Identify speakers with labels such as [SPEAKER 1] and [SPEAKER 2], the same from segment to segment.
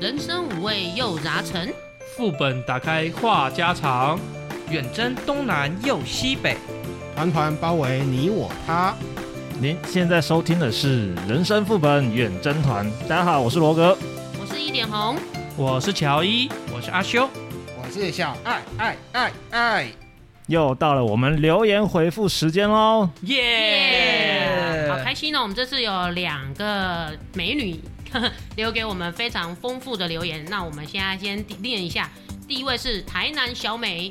[SPEAKER 1] 人生五味又杂陈，
[SPEAKER 2] 副本打开话家常，
[SPEAKER 3] 远征东南又西北，
[SPEAKER 4] 团团包围你我他。
[SPEAKER 5] 您现在收听的是《人生副本远征团》，大家好，我是罗哥。
[SPEAKER 1] 我是一点红。
[SPEAKER 2] 我是乔伊，
[SPEAKER 3] 我是阿修。
[SPEAKER 4] 我是小爱爱爱爱，
[SPEAKER 5] 又到了我们留言回复时间喽！
[SPEAKER 1] 耶
[SPEAKER 3] 耶！
[SPEAKER 1] 好开心哦！我们这次有两个美女 留给我们非常丰富的留言，那我们现在先念一下。第一位是台南小美，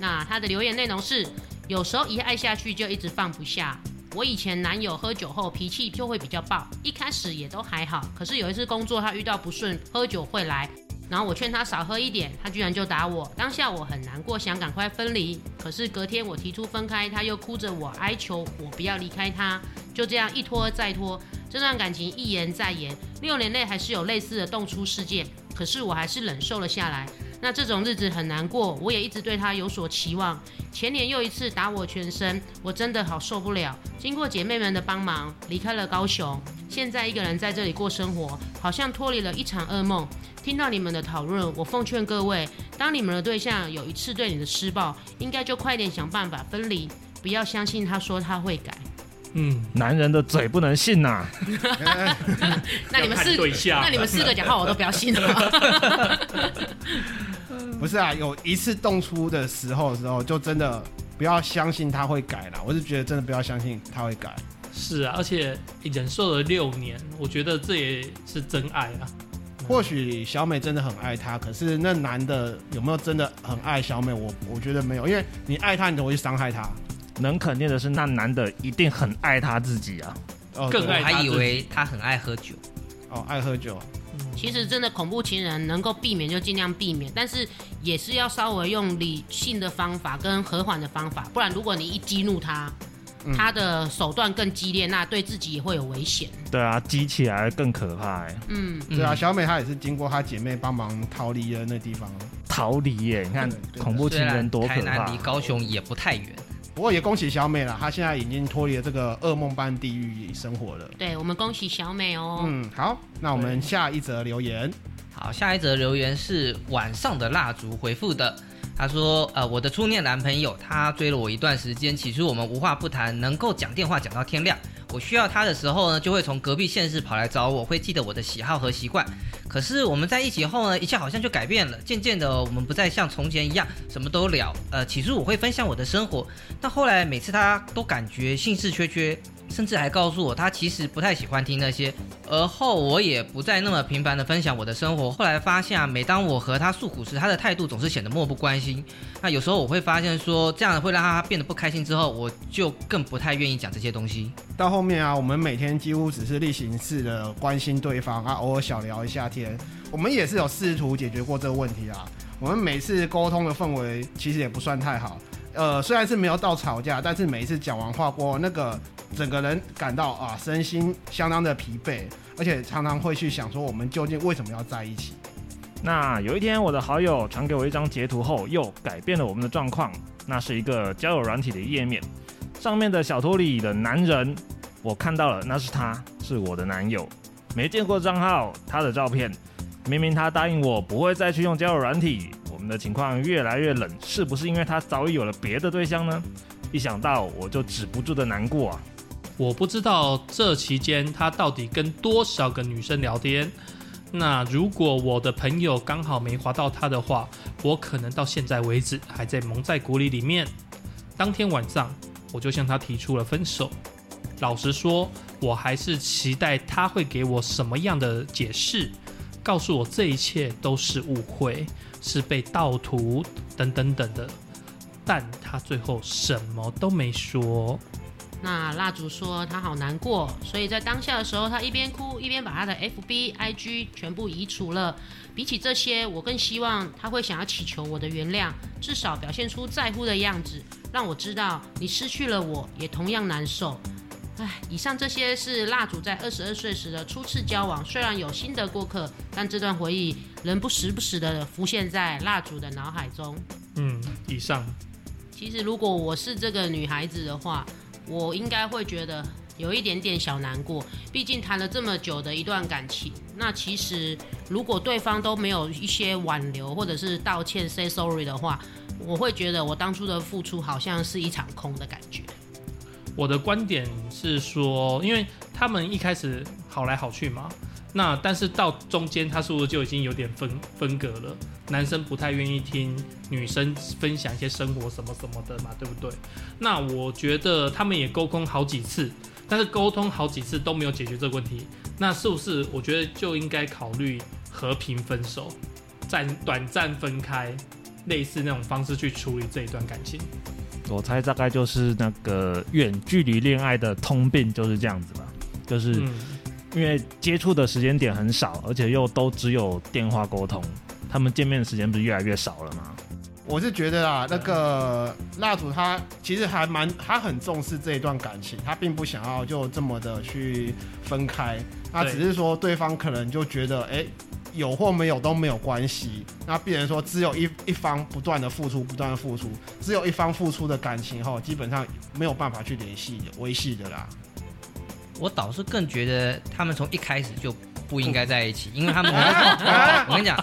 [SPEAKER 1] 那她的留言内容是：有时候一爱下去就一直放不下。我以前男友喝酒后脾气就会比较暴，一开始也都还好，可是有一次工作他遇到不顺，喝酒会来，然后我劝他少喝一点，他居然就打我。当下我很难过，想赶快分离。可是隔天我提出分开，他又哭着我哀求我不要离开他。就这样一拖再拖，这段感情一延再延，六年内还是有类似的动出事件。可是我还是忍受了下来。那这种日子很难过，我也一直对他有所期望。前年又一次打我全身，我真的好受不了。经过姐妹们的帮忙，离开了高雄，现在一个人在这里过生活，好像脱离了一场噩梦。听到你们的讨论，我奉劝各位，当你们的对象有一次对你的施暴，应该就快点想办法分离，不要相信他说他会 改。
[SPEAKER 2] 嗯，
[SPEAKER 5] 男人的嘴不能信呐、
[SPEAKER 1] 那你们
[SPEAKER 2] 要看
[SPEAKER 1] 四
[SPEAKER 2] 对象
[SPEAKER 1] 那你们四个讲话我都不要信 了。
[SPEAKER 4] 不是啊，有一次动粗的时候的时候，就真的不要相信他会改啦。我是觉得真的不要相信他会改。
[SPEAKER 2] 是啊，而且忍受了六年，我觉得这也是真爱啊。
[SPEAKER 4] 或许小美真的很爱他，可是那男的有没有真的很爱小美？我我觉得没有，因为你爱他，你怎么会去伤害他？
[SPEAKER 5] 能肯定的是，那男的一定很爱他自己啊。
[SPEAKER 4] 哦，
[SPEAKER 2] 更
[SPEAKER 3] 我
[SPEAKER 4] 对
[SPEAKER 2] 爱他
[SPEAKER 3] 还以为他很爱喝酒，
[SPEAKER 4] 哦，爱喝酒，
[SPEAKER 1] 其实真的恐怖情人能够避免就尽量避免，但是也是要稍微用理性的方法跟和缓的方法，不然如果你一激怒他，
[SPEAKER 4] 嗯
[SPEAKER 1] 他的手段更激烈，那对自己也会有危险。
[SPEAKER 5] 对啊，激起来更可怕、欸，
[SPEAKER 1] 嗯，
[SPEAKER 4] 对啊，小美她也是经过她姐妹帮忙逃离了那地方。
[SPEAKER 5] 逃离耶、你看
[SPEAKER 4] 对对
[SPEAKER 5] 恐怖情
[SPEAKER 3] 虽然
[SPEAKER 5] 人多
[SPEAKER 3] 台
[SPEAKER 5] 可
[SPEAKER 3] 南
[SPEAKER 5] 怕
[SPEAKER 3] 离。高雄也不太远，
[SPEAKER 4] 不过也恭喜小美了，她现在已经脱离了这个噩梦般地狱生活了。
[SPEAKER 1] 对，我们恭喜小美哦。
[SPEAKER 4] 嗯，好，那我们下一则留言，
[SPEAKER 3] 好，下一则留言是晚上的蜡烛回复的。他说：“呃，我的初恋男朋友，他追了我一段时间，起初我们无话不谈，能够讲电话讲到天亮。我需要他的时候呢，就会从隔壁县市跑来找我，会记得我的喜好和习惯。可是我们在一起后呢，一切好像就改变了，渐渐的我们不再像从前一样什么都聊。呃，起初我会分享我的生活，但后来每次他都感觉兴致缺缺，甚至还告诉我他其实不太喜欢听那些而后我也不再那么频繁的分享我的生活。后来发现啊，每当我和他诉苦时，他的态度总是显得漠不关心。那有时候我会发现说，这样会让他变得不开心。之后，我就更不太愿意讲这些东西。
[SPEAKER 4] 到后面啊，我们每天几乎只是例行式的关心对方啊，偶尔小聊一下天。我们也是有试图解决过这个问题啊。我们每次沟通的氛围其实也不算太好，呃，虽然是没有到吵架，但是每一次讲完话过后，那个整个人感到啊，身心相当的疲惫，而且常常会去想说，我们究竟为什么要在一起？
[SPEAKER 5] 那有一天，我的好友传给我一张截图后，又改变了我们的状况。那是一个交友软体的页面，上面的小托里的男人，我看到了，那是他，是我的男友，没见过账号，他的照片。明明他答应我不会再去用交友软体，我们的情况越来越冷，是不是因为他早已有了别的对象呢？一想到我就止不住的难过啊！
[SPEAKER 2] 我不知道这期间他到底跟多少个女生聊天。那如果我的朋友刚好没划到他的话，我可能到现在为止还在蒙在鼓里里面。当天晚上，我就向他提出了分手。老实说，我还是期待他会给我什么样的解释，告诉我这一切都是误会，是被盗图等等等的。但他最后什么都没说。
[SPEAKER 1] 那蜡烛说他好难过，所以在当下的时候，他一边哭一边把他的 FB、IG 全部移除了。比起这些，我更希望他会想要祈求我的原谅，至少表现出在乎的样子，让我知道你失去了我也同样难受。唉，以上这些是蜡烛在二十二岁时的初次交往，虽然有新的过客，但这段回忆仍不时不时的浮现在蜡烛的脑海中。
[SPEAKER 2] 嗯，以上
[SPEAKER 1] 其实如果我是这个女孩子的话，我应该会觉得有一点点小难过。毕竟谈了这么久的一段感情，那其实如果对方都没有一些挽留或者是道歉 say sorry 的话，我会觉得我当初的付出好像是一场空的感觉。
[SPEAKER 2] 我的观点是说，因为他们一开始好来好去嘛，那但是到中间他是不是就已经有点分分隔了？男生不太愿意听女生分享一些生活什么什么的嘛，对不对？那我觉得他们也沟通好几次，但是沟通好几次都没有解决这个问题，那是不是我觉得就应该考虑和平分手，暂短暂分开，类似那种方式去处理这一段感情？
[SPEAKER 5] 我猜大概就是那个远距离恋爱的通病就是这样子吧，就是
[SPEAKER 2] 嗯
[SPEAKER 5] 因为接触的时间点很少，而且又都只有电话沟通，他们见面的时间不是越来越少了吗？
[SPEAKER 4] 我是觉得啊，那个蜡烛他其实还蛮，他很重视这一段感情，他并不想要就这么的去分开，他
[SPEAKER 2] 对
[SPEAKER 4] 只是说对方可能就觉得，哎、有或没有都没有关系。那必然说，只有一一方不断的付出，不断的付出，只有一方付出的感情后，基本上没有办法去联系的维系的啦。
[SPEAKER 3] 我倒是更觉得他们从一开始就不应该在一起，因为他们 我跟你讲，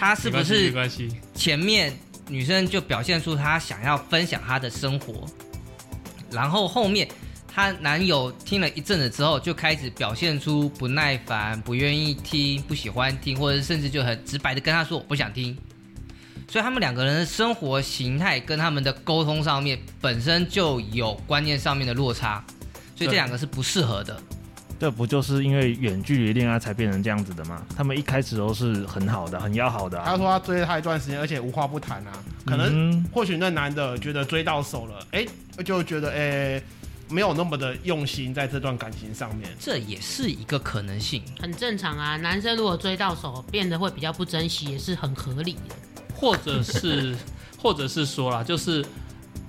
[SPEAKER 3] 他是
[SPEAKER 2] 没
[SPEAKER 3] 不
[SPEAKER 2] 关系没
[SPEAKER 3] 是
[SPEAKER 2] 关系？
[SPEAKER 3] 前面女生就表现出她想要分享她的生活，然后后面她男友听了一阵子之后，就开始表现出不耐烦、不愿意听、不喜欢听，或者甚至就很直白的跟她说我不想听。所以他们两个人的生活形态跟他们的沟通上面本身就有观念上面的落差，所以这
[SPEAKER 2] 对
[SPEAKER 3] 两个是不适合的。
[SPEAKER 5] 这不就是因为远距离恋爱才变成这样子的吗？他们一开始都是很好的，很要好的、
[SPEAKER 4] 他
[SPEAKER 5] 啊。
[SPEAKER 4] 说他追了他一段时间，而且无话不谈啊，可能
[SPEAKER 5] 嗯
[SPEAKER 4] 或许那男的觉得追到手了，哎、就觉得哎、没有那么的用心在这段感情上面。
[SPEAKER 3] 这也是一个可能性。
[SPEAKER 1] 很正常啊，男生如果追到手，变得会比较不珍惜，也是很合理的。
[SPEAKER 2] 或者是， 或者是说啦，就是，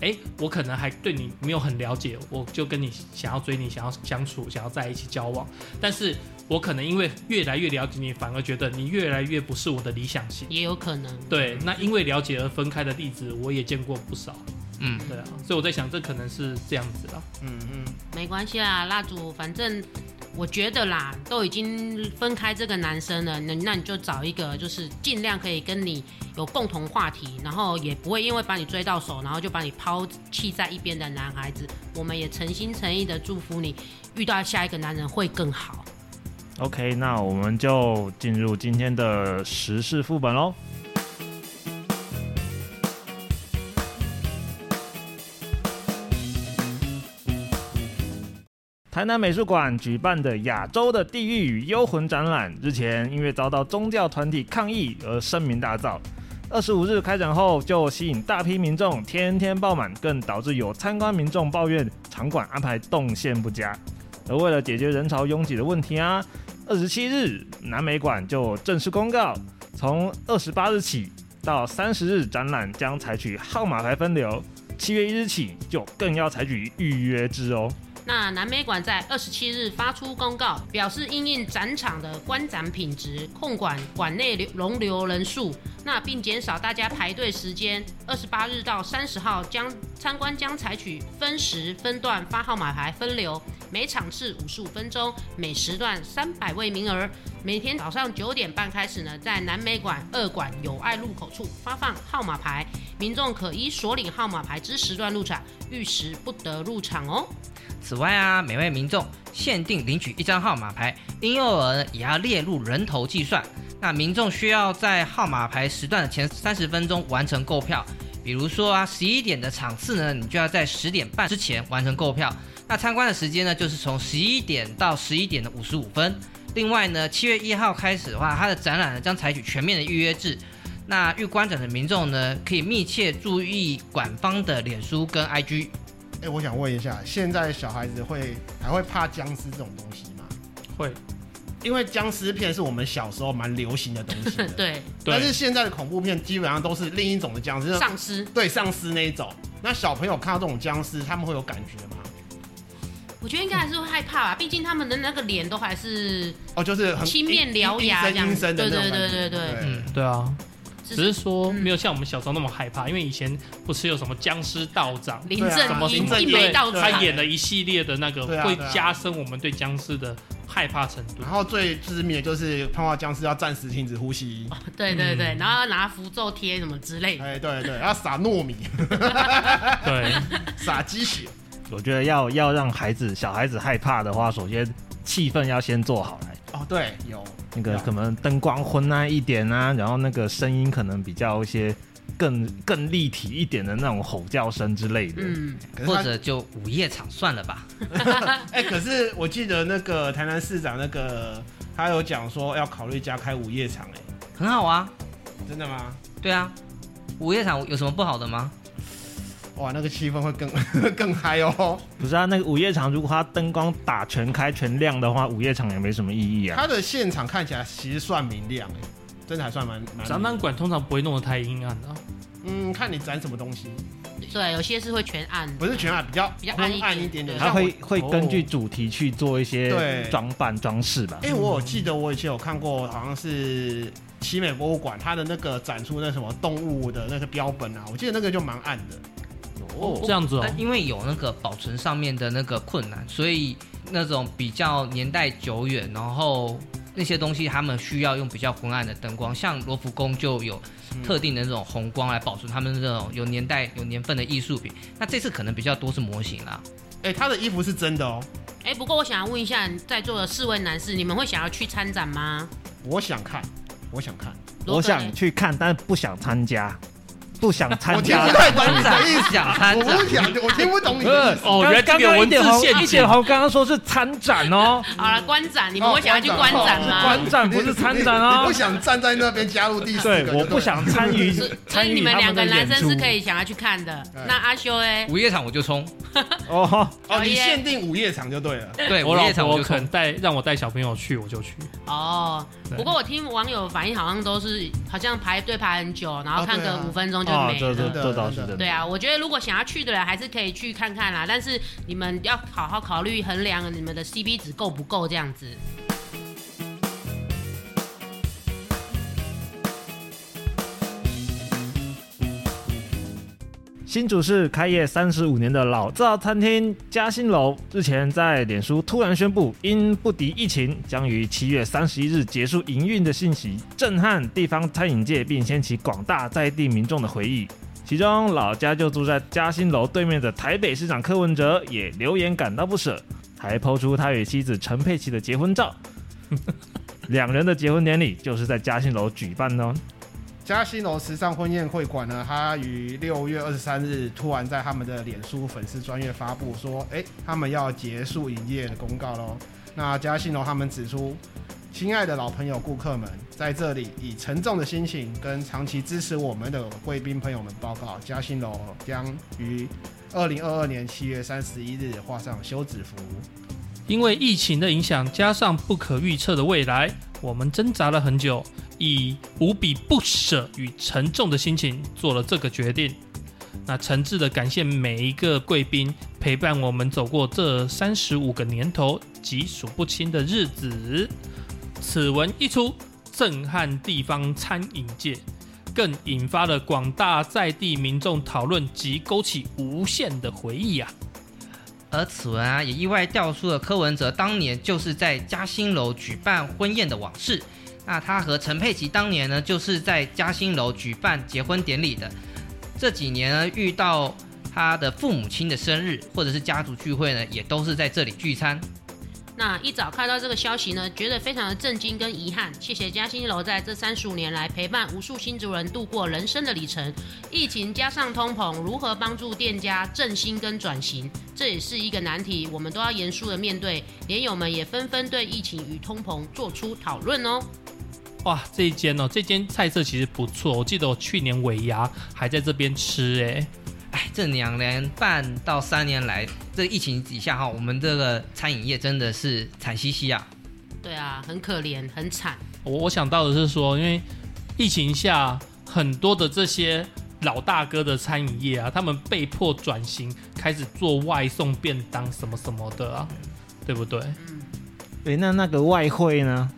[SPEAKER 2] 哎、我可能还对你没有很了解，我就跟你想要追你，想要相处，想要在一起交往，但是我可能因为越来越了解你，反而觉得你越来越不是我的理想型。
[SPEAKER 1] 也有可能。
[SPEAKER 2] 对，那因为了解而分开的例子我也见过不少，
[SPEAKER 3] 嗯，
[SPEAKER 2] 对啊，所以我在想，这可能是这样子啦。
[SPEAKER 4] 嗯嗯。
[SPEAKER 1] 没关系啦，蜡烛，反正我觉得啦，都已经分开这个男生了，那那你就找一个就是尽量可以跟你有共同话题，然后也不会因为把你追到手，然后就把你抛弃在一边的男孩子。我们也诚心诚意的祝福你遇到下一个男人会更好。
[SPEAKER 5] OK，那我们就进入今天的时事副本喽。台南美术馆举办的亚洲的地狱与幽魂展览，日前因为遭到宗教团体抗议而声名大噪。二十五日开展后，就吸引大批民众天天爆满，更导致有参观民众抱怨场馆安排动线不佳。而为了解决人潮拥挤的问题啊，二十七日南美馆就正式公告，从二十八日起到三十日展览将采取号码牌分流，七月一日起就更要采取预约制哦。
[SPEAKER 1] 那南美馆在二十七日发出公告，表示因应展场的观展品质，控管馆内流容留人数，那并减少大家排队时间。二十八日到三十号将参观将采取分时、分段发号码牌分流，每场次五十五分钟，每时段三百位名额。每天早上九点半开始呢，在南美馆二馆友爱路口处发放号码牌，民众可依所领号码牌之时段入场，逾时不得入场哦。
[SPEAKER 3] 此外啊，每位民众限定领取一张号码牌，婴幼儿呢也要列入人头计算。那民众需要在号码牌时段的前三十分钟完成购票。比如说啊，十一点的场次呢，你就要在十点半之前完成购票。那参观的时间呢，就是从十一点到十一点的五十五分。另外呢，七月一号开始的话，它的展览呢将采取全面的预约制。那预观展的民众呢，可以密切注意馆方的脸书跟 IG。
[SPEAKER 4] 哎、我想问一下，现在小孩子会还会怕僵尸这种东西吗？
[SPEAKER 2] 会，
[SPEAKER 4] 因为僵尸片是我们小时候蛮流行的东西的，
[SPEAKER 1] 对，
[SPEAKER 4] 但是
[SPEAKER 2] 对，
[SPEAKER 4] 现在的恐怖片基本上都是另一种的僵尸，
[SPEAKER 1] 丧尸，
[SPEAKER 4] 对丧尸那一种。那小朋友看到这种僵尸，他们会有感觉吗？
[SPEAKER 1] 我觉得应该还是会害怕吧，毕竟他们的那个脸都还是
[SPEAKER 4] 哦，就是很
[SPEAKER 1] 青面獠牙
[SPEAKER 4] 阴
[SPEAKER 1] 这样
[SPEAKER 4] 阴森阴森的那种
[SPEAKER 1] 对对
[SPEAKER 4] 感觉
[SPEAKER 1] 对对对
[SPEAKER 3] 嗯，
[SPEAKER 2] 对啊，
[SPEAKER 1] 只
[SPEAKER 2] 只
[SPEAKER 1] 是
[SPEAKER 2] 是说
[SPEAKER 1] 嗯
[SPEAKER 2] 没有像我们小时候那么害怕，因为以前不是有什么僵尸道长。
[SPEAKER 1] 林
[SPEAKER 4] 对啊
[SPEAKER 2] 什
[SPEAKER 1] 正
[SPEAKER 2] 么
[SPEAKER 1] 英
[SPEAKER 4] 林正
[SPEAKER 1] 一
[SPEAKER 4] 英
[SPEAKER 1] 眉道
[SPEAKER 4] 对
[SPEAKER 1] 长
[SPEAKER 5] 啊
[SPEAKER 2] 他，演了一系列的那个，
[SPEAKER 4] 对啊
[SPEAKER 2] 会
[SPEAKER 4] 对啊
[SPEAKER 2] 加深我们对僵尸的害怕程度
[SPEAKER 4] 然。后最致命的就是碰到僵尸要暂时停止呼吸，
[SPEAKER 1] 对对对，
[SPEAKER 2] 嗯
[SPEAKER 1] 然后要拿符咒贴什么之类的，
[SPEAKER 4] 哎，对对，要撒糯米，
[SPEAKER 2] 对，
[SPEAKER 4] 撒鸡血，
[SPEAKER 5] 我觉得要要让孩子小孩子害怕的话，首先气氛要先做好来。
[SPEAKER 4] 哦，对，有
[SPEAKER 5] 那个
[SPEAKER 4] 对啊
[SPEAKER 5] 可能灯光昏暗一点啊，然后那个声音可能比较一些更更立体一点的那种吼叫声之类的。
[SPEAKER 1] 嗯，
[SPEAKER 4] 可是
[SPEAKER 3] 或
[SPEAKER 4] 他
[SPEAKER 3] 者就午夜场算了吧。
[SPEAKER 4] 哎、可是我记得那个台南市长那个他有讲说要考虑加开午夜场、哎，
[SPEAKER 3] 很好啊，
[SPEAKER 4] 真的吗？
[SPEAKER 3] 对啊，午夜场有什么不好的吗？
[SPEAKER 4] 哇，那个气氛会更更 嗨哦！
[SPEAKER 5] 不是啊，那个午夜场如果它灯光打全开全亮的话，午夜场也没什么意义啊。
[SPEAKER 4] 他的现场看起来其实算明亮、哎，真的还算蛮蛮。
[SPEAKER 2] 展览馆通常不会弄得太阴暗的、啊。
[SPEAKER 4] 嗯，看你展什么东西，
[SPEAKER 1] 对，有些是会全暗，
[SPEAKER 4] 不是全暗，比较
[SPEAKER 1] 比较暗一
[SPEAKER 4] 昏暗
[SPEAKER 1] 点
[SPEAKER 4] 一点点。
[SPEAKER 1] 对
[SPEAKER 5] 它
[SPEAKER 4] 像我
[SPEAKER 5] 会会根据
[SPEAKER 4] 哦
[SPEAKER 5] 主题去做一些
[SPEAKER 4] 对
[SPEAKER 5] 装扮装饰吧
[SPEAKER 4] 哎、。我有记得我以前有看过，好像是奇美博物馆它的那个展出那什么动物的那个标本啊，我记得那个就蛮暗的。
[SPEAKER 2] 哦，这样子哦
[SPEAKER 5] 呃
[SPEAKER 3] 但，因为有那个保存上面的那个困难，所以那种比较年代久远，然后那些东西他们需要用比较昏暗的灯光，像罗浮宫就有特定的那种红光来保存他们这种有年代有年份的艺术品。那这次可能比较多是模型啦，
[SPEAKER 4] 哎、他的衣服是真的哦，
[SPEAKER 1] 哎、不过我想要问一下，在座的四位男士，你们会想要去参展吗？
[SPEAKER 4] 我想看，我想看。
[SPEAKER 1] 罗
[SPEAKER 5] 我
[SPEAKER 1] 哥
[SPEAKER 5] 想
[SPEAKER 1] 呢
[SPEAKER 5] 去看，但不想参加，不想参
[SPEAKER 4] 我听
[SPEAKER 5] 加
[SPEAKER 4] 不。太懂
[SPEAKER 3] 参
[SPEAKER 4] 你的意
[SPEAKER 3] 展
[SPEAKER 4] 思，啊
[SPEAKER 3] 想参
[SPEAKER 4] 我不
[SPEAKER 3] 展，
[SPEAKER 4] 想，我听不懂你的
[SPEAKER 5] 呃
[SPEAKER 4] 意思。
[SPEAKER 2] 哦
[SPEAKER 5] 刚
[SPEAKER 2] 原来这
[SPEAKER 5] 刚
[SPEAKER 2] 个
[SPEAKER 5] 刚
[SPEAKER 2] 文
[SPEAKER 5] 一
[SPEAKER 2] 字
[SPEAKER 5] 点红
[SPEAKER 2] 陷阱
[SPEAKER 5] 一点红刚刚说是参展哦，
[SPEAKER 1] 好了，观展，你们会想要去
[SPEAKER 4] 哦
[SPEAKER 1] 观展
[SPEAKER 4] 哦
[SPEAKER 1] 吗？
[SPEAKER 5] 观展不是参展
[SPEAKER 4] 你你
[SPEAKER 5] 哦
[SPEAKER 4] 不。想站在那边加入第四个就
[SPEAKER 5] 对，
[SPEAKER 4] 对，
[SPEAKER 5] 我不。想参与
[SPEAKER 1] 所以所
[SPEAKER 5] 哦参
[SPEAKER 1] 以
[SPEAKER 5] 与
[SPEAKER 1] 你们
[SPEAKER 5] 他
[SPEAKER 1] 两个
[SPEAKER 5] 的
[SPEAKER 1] 男
[SPEAKER 5] 演
[SPEAKER 1] 生
[SPEAKER 5] 出
[SPEAKER 1] 是可以想要去看的。
[SPEAKER 4] 对
[SPEAKER 1] 那阿修哎，
[SPEAKER 3] 午夜场我就冲，
[SPEAKER 5] 哦。
[SPEAKER 4] 哦，
[SPEAKER 1] 小叶
[SPEAKER 4] 你限定午夜场就对了。
[SPEAKER 3] 对，
[SPEAKER 2] 我
[SPEAKER 3] 午
[SPEAKER 2] 老
[SPEAKER 3] 夜场我
[SPEAKER 2] 婆
[SPEAKER 3] 就
[SPEAKER 2] 肯
[SPEAKER 3] 冲。
[SPEAKER 2] 带让我带小朋友去，我就去。
[SPEAKER 1] 哦，
[SPEAKER 2] 对
[SPEAKER 1] 不过我听网友反应好像都是好像排队排很久，然后
[SPEAKER 4] 哦
[SPEAKER 1] 看个
[SPEAKER 4] 对啊
[SPEAKER 1] 五分钟就
[SPEAKER 5] 哦，
[SPEAKER 1] 没
[SPEAKER 5] 这
[SPEAKER 1] 了
[SPEAKER 5] 这。
[SPEAKER 4] 对
[SPEAKER 5] 这倒是真
[SPEAKER 4] 对
[SPEAKER 5] 的。
[SPEAKER 1] 对啊，我觉得如果想要去的人还是可以去看看啦，但是你们要好好考虑衡量你们的 CP 值够不够这样子。
[SPEAKER 5] 新竹市开业三十五年的老灶餐厅嘉兴楼，日前在脸书突然宣布，因不敌疫情，将于七月三十一日结束营运的信息，震撼地方餐饮界，并掀起广大在地民众的回忆。其中，老家就住在嘉兴楼对面的台北市长柯文哲也留言感到不舍，还抛出他与妻子陈佩琪的结婚照。两人的结婚典礼就是在嘉兴楼举办哦。
[SPEAKER 4] 嘉兴楼时尚婚宴会馆呢，它于六月二十三日突然在他们的脸书粉丝专业发布说，哎、他们要结束营业的公告喽。那嘉兴楼他们指出，亲爱的老朋友、顾客们，在这里以沉重的心情跟长期支持我们的贵宾朋友们报告，嘉兴楼将于二零二二年七月三十一日画上休止符。
[SPEAKER 2] 因为疫情的影响，加上不可预测的未来，我们挣扎了很久，以无比不舍与沉重的心情做了这个决定。那诚挚的感谢每一个贵宾陪伴我们走过这三十五个年头及数不清的日子。此文一出，震撼地方餐饮界，更引发了广大在地民众讨论及勾起无限的回忆啊！
[SPEAKER 3] 而此文啊，也意外调出了柯文哲当年就是在嘉兴楼举办婚宴的往事。那他和陈佩琪当年呢，就是在嘉兴楼举办结婚典礼的。这几年呢，遇到他的父母亲的生日或者是家族聚会呢，也都是在这里聚餐。
[SPEAKER 1] 那一早看到这个消息呢，觉得非常的震惊跟遗憾。谢谢嘉兴楼在这三十五年来陪伴无数新族人度过人生的里程。疫情加上通膨，如何帮助店家振兴跟转型，这也是一个难题，我们都要严肃的面对。连友们也纷纷对疫情与通膨做出讨论哦。
[SPEAKER 2] 哇，这一间哦，这间菜色其实不错，我记得我去年尾牙还在这边吃哎。
[SPEAKER 3] 哎，这两年半到三年来，这疫情底下哈，我们这个餐饮业真的是惨兮兮啊！
[SPEAKER 1] 对啊，很可怜，很惨。
[SPEAKER 2] 我我想到的是说，因为疫情下很多的这些老大哥的餐饮业啊，他们被迫转型，开始做外送便当什么什么的啊，对不对？
[SPEAKER 1] 嗯，
[SPEAKER 5] 对，那那个外汇呢？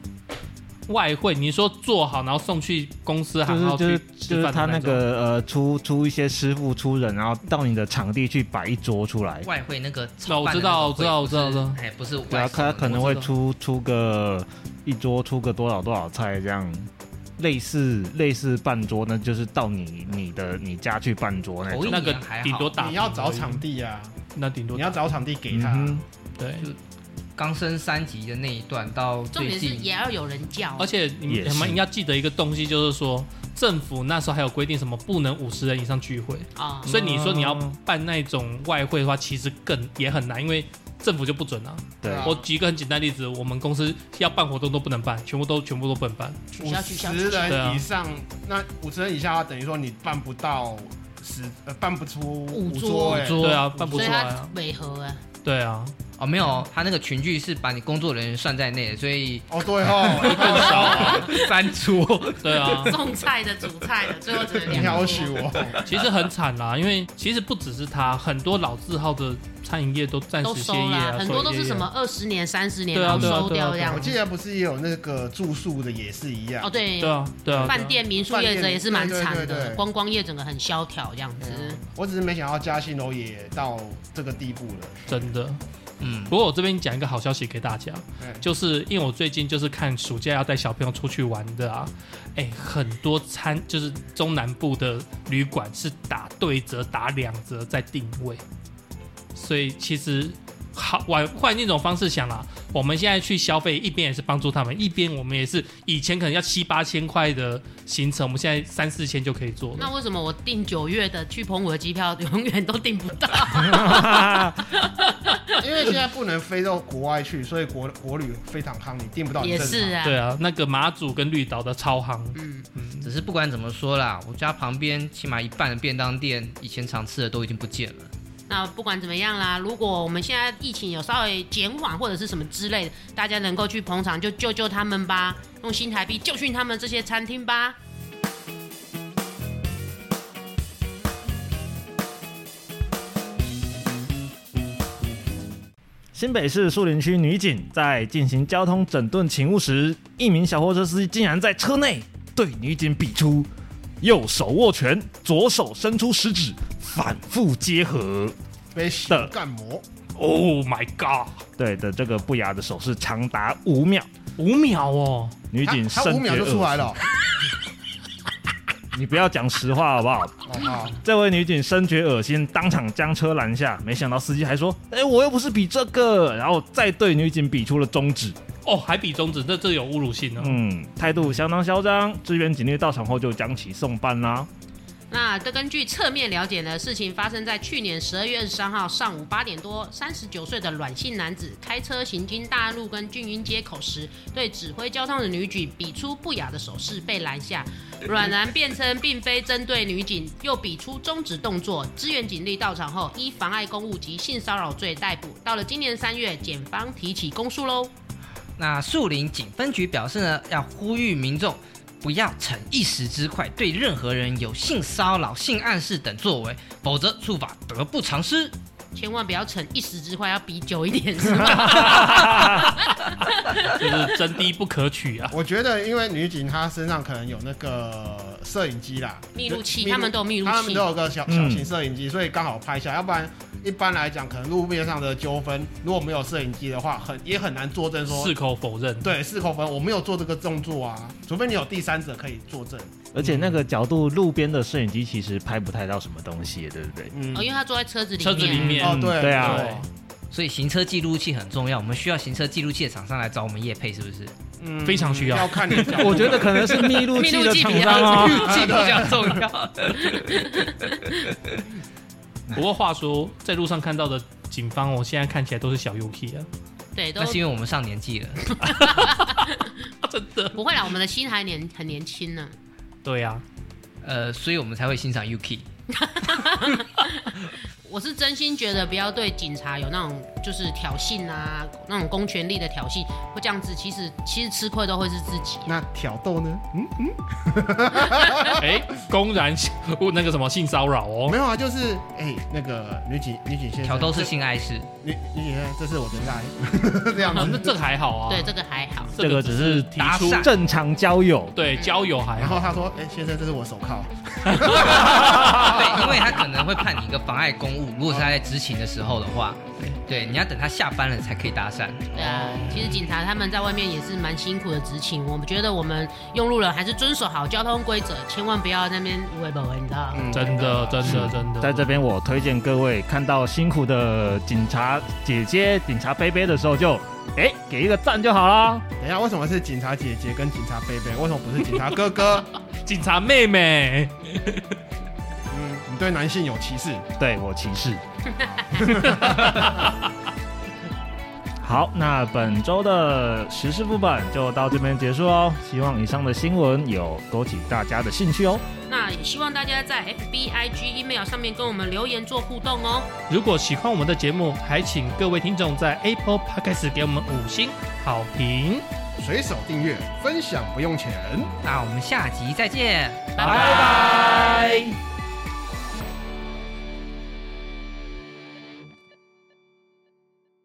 [SPEAKER 2] 外汇，你说做好然后送去公司
[SPEAKER 5] 就
[SPEAKER 2] 行号
[SPEAKER 5] 是就是
[SPEAKER 2] 去
[SPEAKER 5] 就
[SPEAKER 2] 吃
[SPEAKER 5] 是
[SPEAKER 2] 饭的
[SPEAKER 5] 他那
[SPEAKER 2] 种。
[SPEAKER 5] 个呃出出一些师傅出人，然后到你的场地去摆一桌出来，
[SPEAKER 3] 外汇那个
[SPEAKER 2] 那
[SPEAKER 3] 炒
[SPEAKER 2] 我
[SPEAKER 3] 饭
[SPEAKER 2] 知
[SPEAKER 3] 的那
[SPEAKER 2] 道，
[SPEAKER 3] 个
[SPEAKER 2] 我
[SPEAKER 3] 汇
[SPEAKER 2] 哎知道，我知道，我知道
[SPEAKER 3] 不。是哎，不是
[SPEAKER 5] 对啊，
[SPEAKER 3] 外送
[SPEAKER 5] 他
[SPEAKER 3] 的
[SPEAKER 5] 可能
[SPEAKER 3] 我
[SPEAKER 5] 会
[SPEAKER 3] 知道
[SPEAKER 5] 出出个一桌出个多少多少菜这样，类似类似半桌，那就是到你你的你家去半桌那
[SPEAKER 3] 头
[SPEAKER 5] 种。
[SPEAKER 3] 一
[SPEAKER 2] 那个
[SPEAKER 3] 年还
[SPEAKER 2] 顶多
[SPEAKER 3] 好，
[SPEAKER 2] 打，
[SPEAKER 4] 你要找场，地啊，
[SPEAKER 2] 那顶多
[SPEAKER 4] 你要找场地给他啊。
[SPEAKER 5] 嗯
[SPEAKER 2] 对。
[SPEAKER 3] 刚升三级的那一段到
[SPEAKER 1] 重
[SPEAKER 3] 最
[SPEAKER 1] 点是
[SPEAKER 3] 近
[SPEAKER 1] 也要有人叫，
[SPEAKER 2] 而且你
[SPEAKER 5] 也
[SPEAKER 2] 们
[SPEAKER 5] 是
[SPEAKER 2] 你们要记得一个东西，就是说政府那时候还有规定什么不能五十人以上聚会，
[SPEAKER 1] 啊，
[SPEAKER 2] 所以你说你要
[SPEAKER 5] 嗯
[SPEAKER 2] 办那种外汇的话，其实更也很难，因为政府就不准啊。
[SPEAKER 5] 对
[SPEAKER 4] 啊
[SPEAKER 2] 我举一个很简单的例子，我们公司要办活动都不能办，全部都全部都不能办。
[SPEAKER 1] 取
[SPEAKER 4] 五
[SPEAKER 1] 消取消
[SPEAKER 4] 十
[SPEAKER 1] 取消，
[SPEAKER 2] 对
[SPEAKER 4] 人
[SPEAKER 2] 啊
[SPEAKER 4] 以上，那五十人以下，等于说你办不到十，呃，办不出
[SPEAKER 1] 五
[SPEAKER 4] 五
[SPEAKER 1] 桌
[SPEAKER 4] 哎，
[SPEAKER 2] 对啊，办不
[SPEAKER 1] 所
[SPEAKER 2] 出
[SPEAKER 1] 以
[SPEAKER 2] 来
[SPEAKER 1] 他
[SPEAKER 2] 啊。
[SPEAKER 1] 违和啊，
[SPEAKER 2] 对啊，
[SPEAKER 3] 哦没有，他那个群聚是把你工作人员算在内的，所以
[SPEAKER 4] 哦对 哦，
[SPEAKER 2] 更少啊。
[SPEAKER 3] 三桌。
[SPEAKER 2] 对啊，
[SPEAKER 1] 送菜的、煮菜的，最后只能
[SPEAKER 4] 你
[SPEAKER 1] 两
[SPEAKER 4] 好
[SPEAKER 1] 桌
[SPEAKER 4] 许我，
[SPEAKER 2] 其实很惨啦，因为其实不只是他，很多老字号的餐饮业都暂
[SPEAKER 1] 都
[SPEAKER 2] 时歇
[SPEAKER 1] 收
[SPEAKER 2] 业啊
[SPEAKER 1] 啦，，很多都
[SPEAKER 2] 所以
[SPEAKER 1] 是
[SPEAKER 2] 也
[SPEAKER 1] 什么二十年、三十年
[SPEAKER 2] 对啊
[SPEAKER 1] 然后
[SPEAKER 2] 对啊
[SPEAKER 1] 收
[SPEAKER 2] 对啊
[SPEAKER 1] 掉这
[SPEAKER 2] 对啊
[SPEAKER 1] 样
[SPEAKER 4] 我。记得不是也有那个住宿的也是一样
[SPEAKER 1] 哦，，对
[SPEAKER 2] 对，啊对啊，
[SPEAKER 1] 饭店、民宿业者也是蛮惨
[SPEAKER 4] 饭店对对
[SPEAKER 1] 的，
[SPEAKER 4] 对
[SPEAKER 1] 观光业整个很萧条这样子。
[SPEAKER 2] 啊
[SPEAKER 4] 我只是没想到嘉兴楼也到这个地步了。
[SPEAKER 2] 真的。
[SPEAKER 3] 嗯，
[SPEAKER 2] 不过我这边讲一个好消息给大家，
[SPEAKER 4] 哎
[SPEAKER 2] 就是因为我最近就是看暑假要带小朋友出去玩的啊，哎，很多餐就是中南部的旅馆是打对折、打两折在定位，所以其实好换换另一种方式想啦，我们现在去消费，一边也是帮助他们，一边我们也是以前可能要七八千块的行程，我们现在三四千就可以做
[SPEAKER 1] 那
[SPEAKER 2] 了。
[SPEAKER 1] 为什么我订九月的去澎湖的机票永远都订不 到？
[SPEAKER 4] 因为现在不能飞到国外去，所以国国旅非常夯，你订不到
[SPEAKER 1] 也是啊，
[SPEAKER 2] 对啊，那个马祖跟绿岛的超行，
[SPEAKER 1] 嗯，
[SPEAKER 2] 嗯，
[SPEAKER 3] 只是不管怎么说啦，我家旁边起码一半的便当店以前常吃的都已经不见了。
[SPEAKER 1] 那不管怎么样啦，如果我们现在疫情有稍微减缓或者是什么之类的，大家能够去捧场就救救他们吧，用新台币教训他们这些餐厅吧。
[SPEAKER 5] 新北市树林区女警在进行交通整顿勤务时，一名小货车司机竟然在车内对女警比出右手握拳，左手伸出食指，反复结合。
[SPEAKER 4] 被洗
[SPEAKER 5] 的
[SPEAKER 4] 干磨。
[SPEAKER 2] Oh my god，
[SPEAKER 5] 对的，这个不雅的手势长达五秒，
[SPEAKER 2] 五秒哦。
[SPEAKER 5] 女
[SPEAKER 4] 他
[SPEAKER 5] 警
[SPEAKER 4] 啊他
[SPEAKER 5] 深
[SPEAKER 4] 五秒
[SPEAKER 5] 觉
[SPEAKER 4] 就出来
[SPEAKER 5] 恶
[SPEAKER 4] 了哦，
[SPEAKER 5] 心。你不要讲实话好不好？
[SPEAKER 4] 哦好，
[SPEAKER 5] 这位女警深觉恶心，当场将车拦下。没想到司机还说：“哎、我又不是比这个。”然后再对女警比出了中指。
[SPEAKER 2] 哦，还比中指，这这有侮辱性呢、
[SPEAKER 5] 嗯，态度相当嚣张。支援警力到场后就将其送办啦。
[SPEAKER 1] 那这根据侧面了解呢，事情发生在去年十二月二十三号上午八点多，三十九岁的阮姓男子开车行经大路跟俊英街口时，对指挥交通的女警比出不雅的手势，被拦下。阮男辩称并非针对女警，又比出中指动作。支援警力到场后，依妨碍公务及性骚扰罪逮捕。到了今年三月，检方提起公诉喽。
[SPEAKER 3] 那树林警分局表示呢，要呼吁民众不要逞一时之快，对任何人有性骚扰、性暗示等作为，否则处罚得不偿失。
[SPEAKER 1] 千万不要逞一时之快，要比久一点，是吧？
[SPEAKER 2] 就是真低不可取啊。
[SPEAKER 4] 我觉得因为女警她身上可能有那个摄影机啦，
[SPEAKER 1] 密录器，
[SPEAKER 4] 就
[SPEAKER 1] 他们都有密录
[SPEAKER 4] 他们
[SPEAKER 1] 器
[SPEAKER 4] 都。有个小
[SPEAKER 5] 嗯
[SPEAKER 4] 小型摄影机，所以刚好拍下，要不然。一般来讲，可能路面上的纠纷，如果没有摄影机的话，很也很难作证说
[SPEAKER 2] 矢口否认，
[SPEAKER 4] 对是口分，我没有做这个动作啊，除非你有第三者可以作证。
[SPEAKER 5] 而且那个角度，路边的摄影机其实拍不太到什么东西，对不对？
[SPEAKER 4] 嗯
[SPEAKER 1] 哦，因为他坐在车子里面。
[SPEAKER 2] 车子里面，
[SPEAKER 4] 哦对
[SPEAKER 5] 对啊
[SPEAKER 4] 对
[SPEAKER 3] 所以行车记录器很重要，我们需要行车记录器的厂商来找我们业配，是不是？
[SPEAKER 4] 嗯
[SPEAKER 2] 非常需要
[SPEAKER 4] 要看你角 度啊
[SPEAKER 5] 我觉得可能是密录
[SPEAKER 1] 密
[SPEAKER 5] 器
[SPEAKER 1] 录
[SPEAKER 5] 的
[SPEAKER 1] 器
[SPEAKER 5] 厂
[SPEAKER 1] 比较
[SPEAKER 5] 商哦。
[SPEAKER 3] 记录比较重 要。
[SPEAKER 2] 不过话说，在路上看到的警方，我现在看起来都是小 UK 啊，
[SPEAKER 1] 对，都
[SPEAKER 3] 那是因为我们上年纪了。
[SPEAKER 2] 真的。
[SPEAKER 1] 不会啦，我们的心还年很年轻呢。
[SPEAKER 2] 对啊，
[SPEAKER 3] 呃，所以我们才会欣赏 UK。
[SPEAKER 1] 我是真心觉得不要对警察有那种就是挑衅啊，那种公权力的挑衅，或这样子，其实其实吃亏都会是自己。
[SPEAKER 4] 那挑逗呢？嗯，
[SPEAKER 2] 哎，公然那个什么性骚扰 哦，
[SPEAKER 4] 没有啊，就是哎、那个女警女警先生，
[SPEAKER 3] 挑逗是性 爱事，
[SPEAKER 4] 女女警先生，这是我的赖， 这样
[SPEAKER 2] 啊那
[SPEAKER 4] 子。
[SPEAKER 2] 这个还好啊，
[SPEAKER 1] 对，这个还好。
[SPEAKER 5] 这个只是
[SPEAKER 2] 提出
[SPEAKER 3] 打，
[SPEAKER 5] 正常交友，
[SPEAKER 2] 对交友还
[SPEAKER 4] 然后
[SPEAKER 2] 好，
[SPEAKER 4] 他说：“哎、先生，这是我手铐。
[SPEAKER 3] 对，因为他可能会判你一个妨碍公务，如果是他在执勤的时候的话，对，你要等他下班了才可以搭讪。
[SPEAKER 1] 对啊，其实警察他们在外面也是蛮辛苦的执勤，我们觉得我们用路人还是遵守好交通规则，千万不要在那边无为不为，你知道吗？
[SPEAKER 4] 嗯”
[SPEAKER 2] 真的真的真的，
[SPEAKER 5] 在这边我推荐各位看到辛苦的警察姐姐、警察贝贝的时候就，哎给一个赞就好啦。
[SPEAKER 4] 等一下，为什么是警察姐姐跟警察贝贝？为什么不是警察哥哥？
[SPEAKER 2] 警察妹妹，
[SPEAKER 4] 嗯，你对男性有歧视？
[SPEAKER 5] 对我歧视。好，那本周的时事副本就到这边结束哦。希望以上的新闻有勾起大家的兴趣哦。
[SPEAKER 1] 那也希望大家在 F B I G email 上面跟我们留言做互动哦。
[SPEAKER 2] 如果喜欢我们的节目，还请各位听众在 Apple Podcast 给我们五星好评，
[SPEAKER 4] 随手订阅，分享不用钱。
[SPEAKER 3] 那我们下集再见。
[SPEAKER 2] 拜拜。